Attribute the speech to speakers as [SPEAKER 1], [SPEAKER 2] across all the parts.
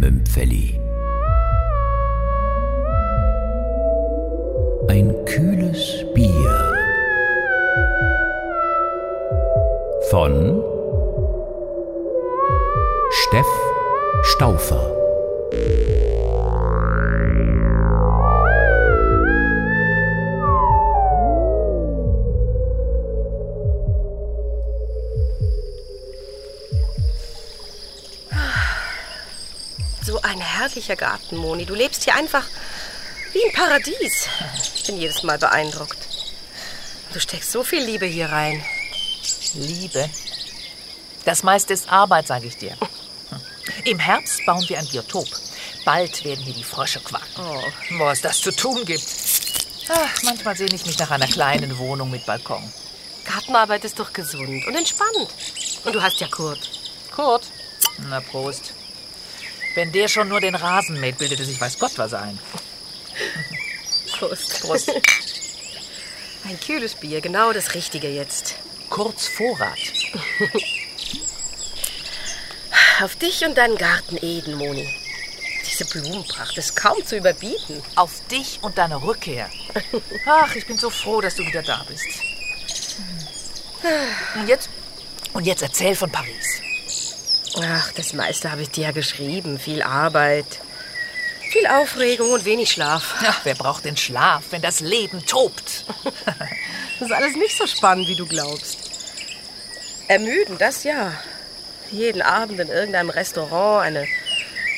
[SPEAKER 1] Juli. Ein kühles Bier von Steff Staufer.
[SPEAKER 2] So ein herrlicher Garten, Moni. Du lebst hier einfach wie im Paradies. Ich bin jedes Mal beeindruckt. Du steckst so viel Liebe hier rein.
[SPEAKER 3] Liebe. Das meiste ist Arbeit, sage ich dir. Hm. Im Herbst bauen wir ein Biotop. Bald werden hier die Frösche quaken. Wo es das zu tun gibt. Ach, manchmal sehne ich mich nach einer kleinen Wohnung mit Balkon.
[SPEAKER 2] Gartenarbeit ist doch gesund und entspannt. Und du hast ja Kurt.
[SPEAKER 3] Kurt. Na, Prost. Wenn der schon nur den Rasen mäht, bildet er sich weiß Gott was ein.
[SPEAKER 2] Prost.
[SPEAKER 3] Prost.
[SPEAKER 2] Ein kühles Bier, genau das Richtige jetzt.
[SPEAKER 3] Kurz Vorrat.
[SPEAKER 2] Auf dich und deinen Garten Eden, Moni. Diese Blumenpracht ist kaum zu überbieten.
[SPEAKER 3] Auf dich und deine Rückkehr. Ach, ich bin so froh, dass du wieder da bist. Hm. Und jetzt? Und jetzt erzähl von Paris.
[SPEAKER 2] Ach, das meiste habe ich dir ja geschrieben. Viel Arbeit, viel Aufregung und wenig Schlaf.
[SPEAKER 3] Ach, wer braucht den Schlaf, wenn das Leben tobt?
[SPEAKER 2] Das ist alles nicht so spannend, wie du glaubst. Ermüden, das ja. Jeden Abend in irgendeinem Restaurant eine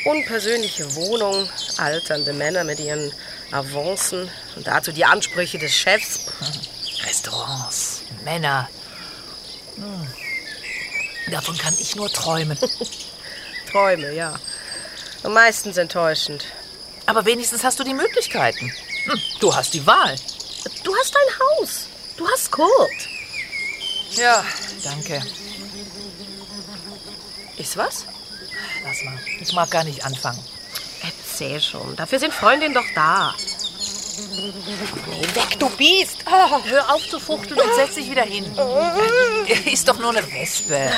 [SPEAKER 2] unpersönliche Wohnung, alternde Männer mit ihren Avancen und dazu die Ansprüche des Chefs.
[SPEAKER 3] Restaurants, Männer. Hm. Davon kann ich nur träumen.
[SPEAKER 2] Träume, ja. Und meistens enttäuschend.
[SPEAKER 3] Aber wenigstens hast du die Möglichkeiten. Hm, Du hast die Wahl.
[SPEAKER 2] Du hast ein Haus. Du hast Kurt.
[SPEAKER 3] Ja, danke.
[SPEAKER 2] Ist was?
[SPEAKER 3] Lass mal. Ich mag gar nicht anfangen.
[SPEAKER 2] Erzähl schon. Dafür sind Freundinnen doch da. Nee, weg, du Biest. Ah.
[SPEAKER 3] Hör auf zu fuchteln und setz dich wieder hin. Ist doch nur eine Wespe.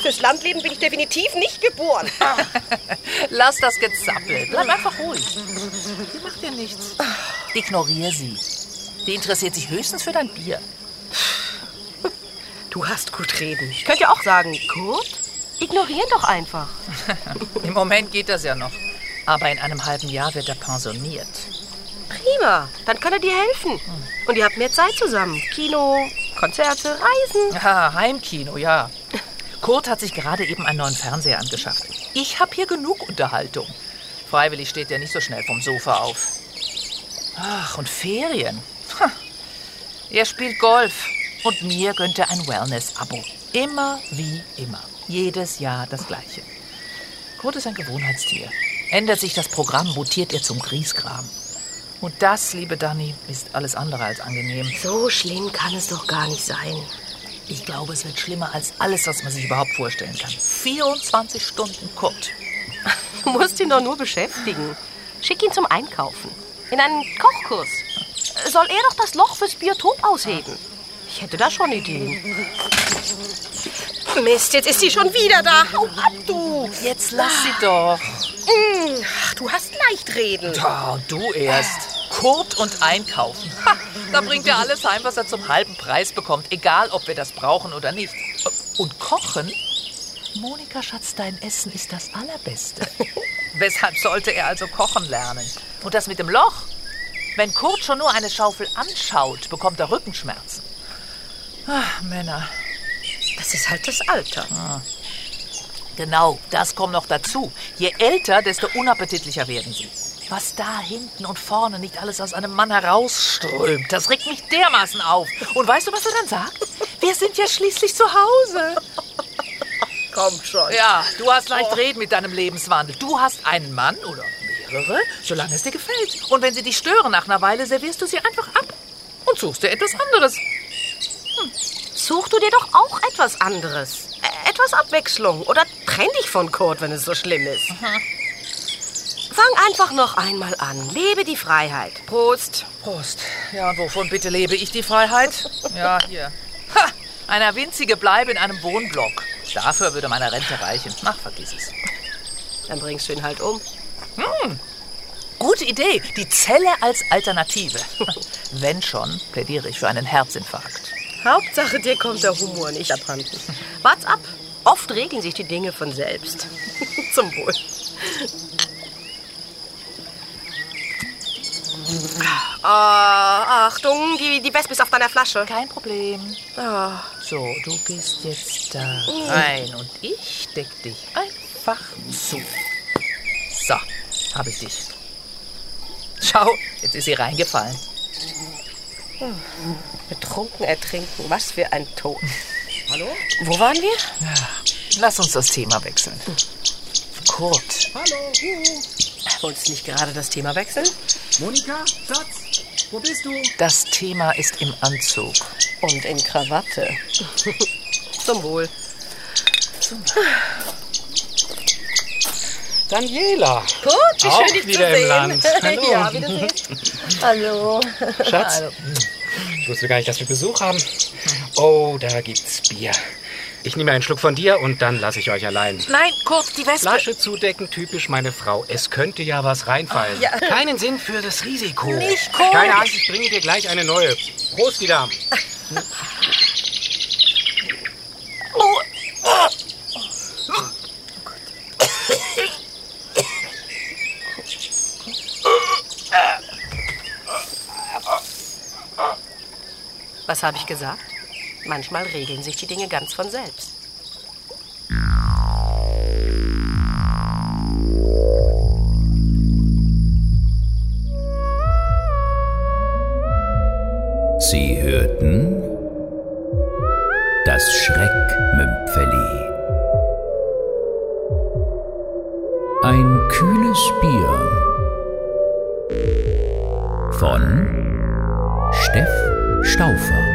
[SPEAKER 2] Fürs Landleben bin ich definitiv nicht geboren.
[SPEAKER 3] Lass das Gezappel. Bleib einfach ruhig. Die macht dir nichts. Ignorier sie. Die interessiert sich höchstens für dein Bier.
[SPEAKER 2] Du hast gut reden. Ich könnte ja auch sagen, Kurt, ignorieren doch einfach.
[SPEAKER 3] Im Moment geht das ja noch. Aber in einem halben Jahr wird er pensioniert.
[SPEAKER 2] Prima, dann kann er dir helfen. Und ihr habt mehr Zeit zusammen. Kino, Konzerte, Reisen.
[SPEAKER 3] Ja, Heimkino, ja. Kurt hat sich gerade eben einen neuen Fernseher angeschafft. Ich habe hier genug Unterhaltung. Freiwillig steht er nicht so schnell vom Sofa auf. Ach, und Ferien. Ha. Er spielt Golf. Und mir gönnt er ein Wellness-Abo. Immer wie immer. Jedes Jahr das Gleiche. Kurt ist ein Gewohnheitstier. Ändert sich das Programm, mutiert er zum Griesgram. Und das, liebe Dani, ist alles andere als angenehm.
[SPEAKER 2] So schlimm kann es doch gar nicht sein.
[SPEAKER 3] Ich glaube, es wird schlimmer als alles, was man sich überhaupt vorstellen kann. 24 Stunden Kurt.
[SPEAKER 2] Du musst ihn doch nur beschäftigen. Schick ihn zum Einkaufen. In einen Kochkurs. Soll er doch das Loch fürs Biotop ausheben? Ich hätte da schon Ideen. Mist, jetzt ist sie schon wieder da. Hau ab, du.
[SPEAKER 3] Jetzt lass sie doch.
[SPEAKER 2] Mm, Ach, du hast leicht reden.
[SPEAKER 3] Ja, du erst. Kurt und einkaufen. Ha, da bringt er alles heim, was er zum halben Preis bekommt. Egal, ob wir das brauchen oder nicht. Und kochen? Monika, Schatz, dein Essen ist das Allerbeste. Weshalb sollte er also kochen lernen? Und das mit dem Loch? Wenn Kurt schon nur eine Schaufel anschaut, bekommt er Rückenschmerzen. Ach, Männer.
[SPEAKER 2] Das ist halt das Alter.
[SPEAKER 3] Genau, das kommt noch dazu. Je älter, desto unappetitlicher werden sie. Was da hinten und vorne nicht alles aus einem Mann herausströmt, das regt mich dermaßen auf. Und weißt du, was er dann sagt? Wir sind ja schließlich zu Hause.
[SPEAKER 2] Komm schon.
[SPEAKER 3] Ja, du hast leicht reden mit deinem Lebenswandel. Du hast einen Mann oder mehrere, solange es dir gefällt. Und wenn sie dich stören nach einer Weile, servierst du sie einfach ab und suchst dir etwas anderes.
[SPEAKER 2] Such du dir doch auch etwas anderes. Ä- Etwas Abwechslung. Oder trenn dich von Kurt, wenn es so schlimm ist. Fang einfach noch einmal an. Lebe die Freiheit. Prost.
[SPEAKER 3] Prost. Ja, und wovon bitte lebe ich die Freiheit? Ja, hier. Ha! Einer winzige Bleibe in einem Wohnblock. Dafür würde meine Rente reichen. Ach, vergiss es.
[SPEAKER 2] Dann bringst du ihn halt um.
[SPEAKER 3] Gute Idee, die Zelle als Alternative. Wenn schon, plädiere ich für einen Herzinfarkt.
[SPEAKER 2] Hauptsache, dir kommt der Humor nicht abhanden. Wart's ab. Oft regeln sich die Dinge von selbst. Zum Wohl. Ah, Achtung, die, die Wespe ist auf deiner Flasche.
[SPEAKER 3] Kein Problem.
[SPEAKER 2] Ah,
[SPEAKER 3] So, du gehst jetzt da rein und ich deck dich einfach zu. So, habe ich dich. Schau, jetzt ist sie reingefallen.
[SPEAKER 2] betrunken ertrinken, was für ein Tod. Hallo? Wo waren wir?
[SPEAKER 3] Lass uns das Thema wechseln. Kurt,
[SPEAKER 2] Wollen uns nicht gerade das Thema wechseln?
[SPEAKER 4] Monika, Schatz, wo bist du?
[SPEAKER 3] das Thema ist im Anzug.
[SPEAKER 2] Und in Krawatte. Zum Wohl.
[SPEAKER 4] Daniela.
[SPEAKER 2] Gut, wie
[SPEAKER 4] Auch
[SPEAKER 2] schön, dich
[SPEAKER 4] wieder
[SPEAKER 2] zu
[SPEAKER 4] im
[SPEAKER 2] sehen.
[SPEAKER 4] Land.
[SPEAKER 2] Hallo. Ja, wiedersehen. Hallo.
[SPEAKER 4] Schatz. Ich wusste gar nicht, dass wir Besuch haben. Oh, da gibt's Bier. Ich nehme einen Schluck von dir und dann lasse ich euch allein.
[SPEAKER 3] Nein, Kurt, die Wespe.
[SPEAKER 4] Flasche zudecken, typisch meine Frau. Es könnte ja was reinfallen.
[SPEAKER 2] Oh, Ja.
[SPEAKER 4] Keinen Sinn für das Risiko.
[SPEAKER 2] Nicht komisch.
[SPEAKER 4] Keine Angst, ich bringe dir gleich eine neue. Prost, die Damen.
[SPEAKER 2] Was habe ich gesagt? Manchmal regeln sich die Dinge ganz von selbst.
[SPEAKER 1] Sie hörten das Schreckmümpfeli. Ein kühles Bier von Steff Staufer.